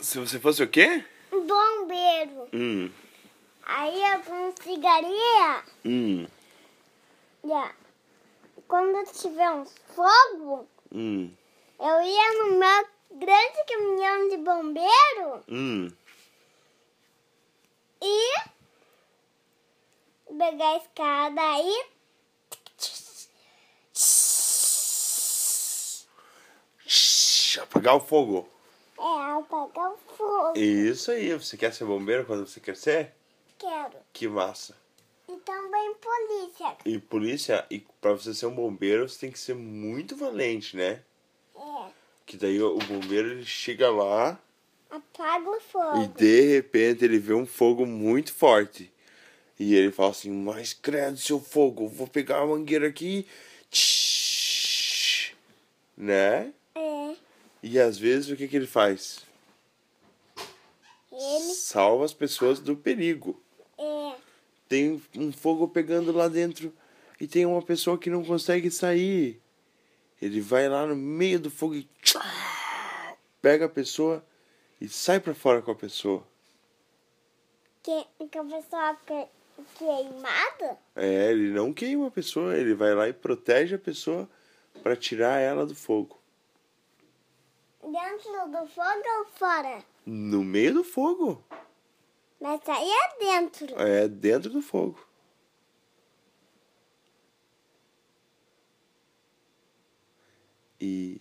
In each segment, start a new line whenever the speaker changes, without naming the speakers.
Se você fosse o quê?
Um bombeiro.
Hum,
Aí eu conseguiria.
hum,
já. Quando tiver um fogo,
hum,
eu ia no meu grande caminhão de bombeiro
hum.
e pegar a escada e.
Shhh, apagar o fogo.
É, apagar o fogo.
Isso aí, você quer ser bombeiro quando você crescer?
Quero.
Que massa.
E também polícia.
E polícia, e pra você ser um bombeiro, você tem que ser muito valente, né?
É.
Que daí o o bombeiro ele chega lá
Apaga o fogo.
e de repente ele vê um fogo muito forte. E ele fala assim, mas credo seu fogo, vou pegar a mangueira aqui. Tsh, né?
É.
E às vezes o que, que ele faz?
Ele
Salva as pessoas do perigo.
é.
tem um fogo pegando lá dentro e tem uma pessoa que não consegue sair. Ele vai lá no meio do fogo e tchá, pega a pessoa e sai pra fora com a pessoa.
Que, que a pessoa que- queimada?
É, ele não queima a pessoa, ele vai lá e protege a pessoa pra tirar ela do fogo.
Dentro do fogo ou fora?
No meio do fogo.
Mas aí é dentro.
É, dentro do fogo. E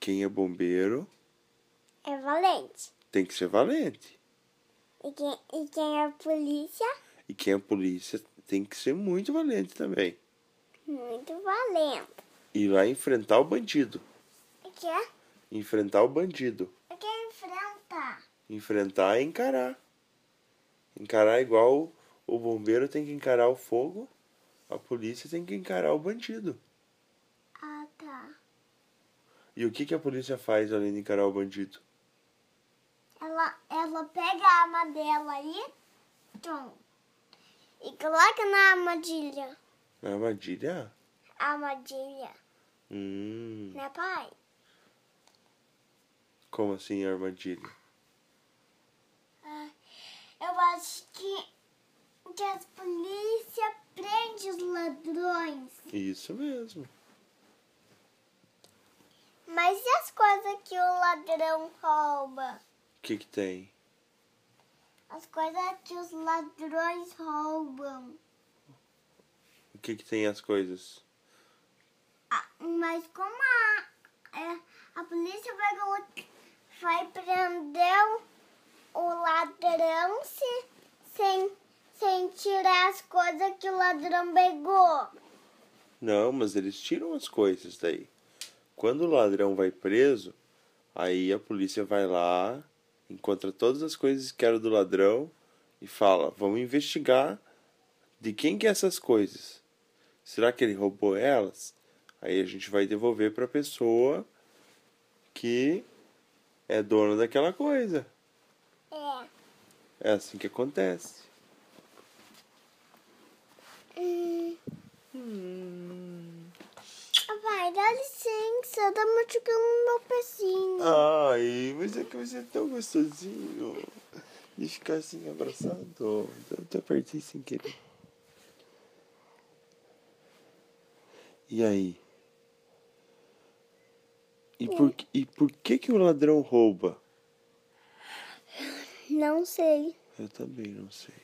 quem é bombeiro
É valente.
tem que ser valente.
E quem, e quem é polícia?
E quem é polícia tem que ser muito valente também.
Muito valente.
Ir lá enfrentar o bandido.
O que?
Enfrentar o bandido.
O que enfrenta?
Enfrentar é encarar. Encarar igual o bombeiro tem que encarar o fogo, a polícia tem que encarar o bandido.
Ah, tá.
E o que, que a polícia faz além de encarar o bandido?
Ela, ela pega a arma dela aí. Tum. E coloca na armadilha.
Na armadilha?
Armadilha.
Hum,
Né, pai?
como assim armadilha?
Ah, Eu acho que, que as polícia prende os ladrões.
Isso mesmo.
Mas e as coisas que o ladrão rouba?
O que, que tem?
As coisas que os ladrões roubam.
O que, que tem as coisas?
Ah, mas como a, é, a polícia vai, colo- vai prender o- o ladrão se, sem, sem tirar as coisas que o ladrão pegou?
Não, mas eles tiram as coisas daí. Quando o ladrão vai preso, aí a polícia vai lá, encontra todas as coisas que eram do ladrão e fala: vamos investigar de quem que é essas coisas. Será que ele roubou elas? Aí a gente vai devolver para a pessoa que é dona daquela coisa.
É.
É assim que acontece.
Hum. Vai, dá licença, tá machucando meu pezinho.
Ai, mas é que você é tão gostosinho de ficar assim abraçado. Eu até apertei sem querer. E aí? E por, que- e por que que o ladrão rouba?
Não sei.
Eu também não sei.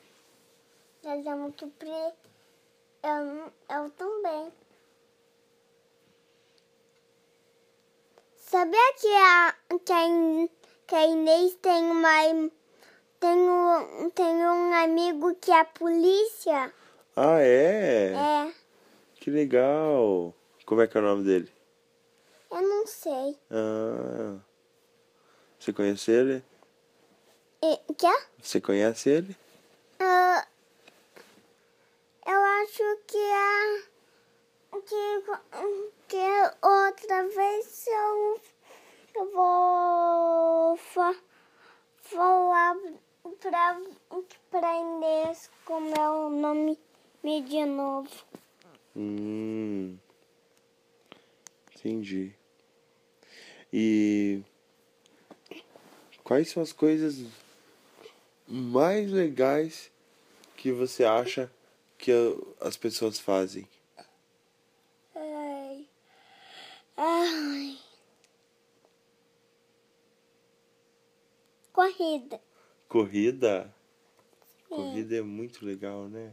Mas é muito pre... é Eu, não- eu um também. Sabia que a, que a, In- que a Inês tem uma... im- Tem um, tem um amigo que é polícia?
Ah, é?
É,
Que legal. Como é que é o nome dele?
eu não sei.
Ah, você conhece ele?
E, que é?
Você conhece ele?
Ah, eu acho que a. Que, que outra vez eu, eu vou fa, falar pra, pra Inês como é o nome me de novo.
Hum. Entendi. E Quais são as coisas mais legais que você acha que a- as pessoas fazem?
Ai. Ai. Corrida.
Corrida? Corrida é muito legal, né?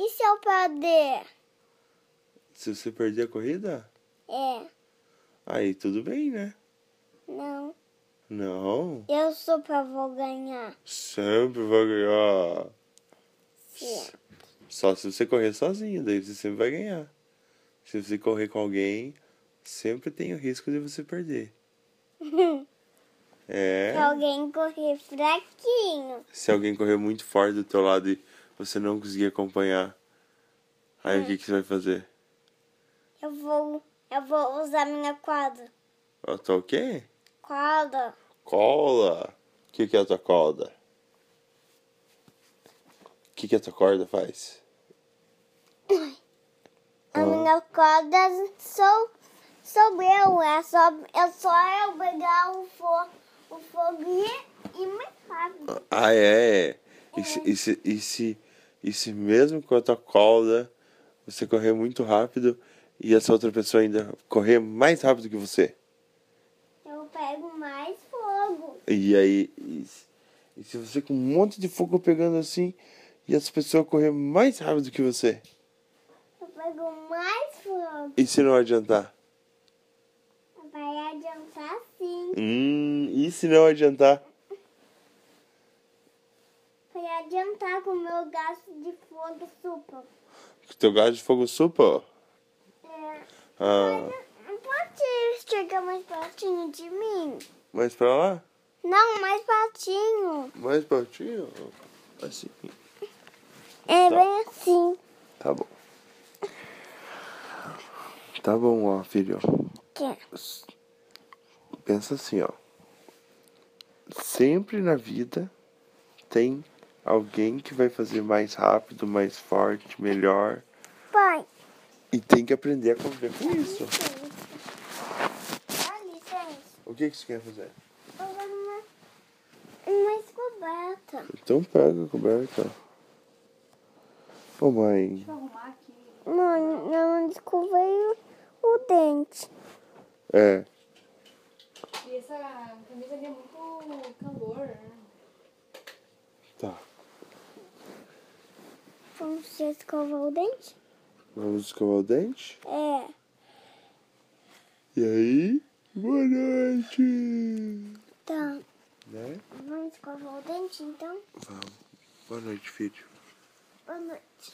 E se eu perder?
Se você perder a corrida,
É.
aí tudo bem, né?
Não.
Não,
Eu super vou ganhar.
sempre vai ganhar.
Sim.
Só se você correr sozinho, daí você sempre vai ganhar. Se você correr com alguém, sempre tem o risco de você perder. É.
Se alguém correr fraquinho.
Se alguém correr muito forte do teu lado e você não conseguir acompanhar, aí o que, que você vai fazer?
Eu vou, eu vou usar minha quadra.
A tua o quê?
Quadra.
Cola! O que, que é a tua corda? O que, que a tua corda faz?
A
Ah.
minha quadra sou, sou eu. É só, é só eu pegar o, fo, o fogo e, e me rápido.
Ah, é. é. E, se, e, se, e, se, e se mesmo com a tua corda você correr muito rápido e essa outra pessoa ainda correr mais rápido que você?
Eu pego mais fogo.
E aí, e, se- e se você com um monte de fogo pegando assim e essa pessoa correr mais rápido que você?
Eu pego mais fogo.
E se não adiantar?
Vai adiantar sim.
Hum, e se não adiantar?
Vai adiantar com o meu gasto de fogo super.
Que teu gás de fogo supa?
É,
Ah,
não pode chegar mais pertinho de mim.
mais pra lá?
Não, mais pertinho.
Mais pertinho? Assim,
É
Tá.
bem assim.
tá bom. Tá bom, ó, filho.
Que- é.
Pensa assim, ó. Sempre na vida tem alguém que vai fazer mais rápido, mais forte, melhor.
Pai,
E tem que aprender a conviver com isso.
dá licença.
O que, que você quer fazer?
Eu quero uma, uma descoberta.
Então pega a coberta. Ô mãe,
Mãe, eu não descobri o, o dente.
é.
E essa camisa ali é muito calor, né?
Tá.
Vamos já escovar o dente?
Vamos escovar o dente.
É.
E aí? Boa noite!
Tá.
Né?
Vamos escovar o dente então?
Vamos. Boa noite, filho.
Boa noite.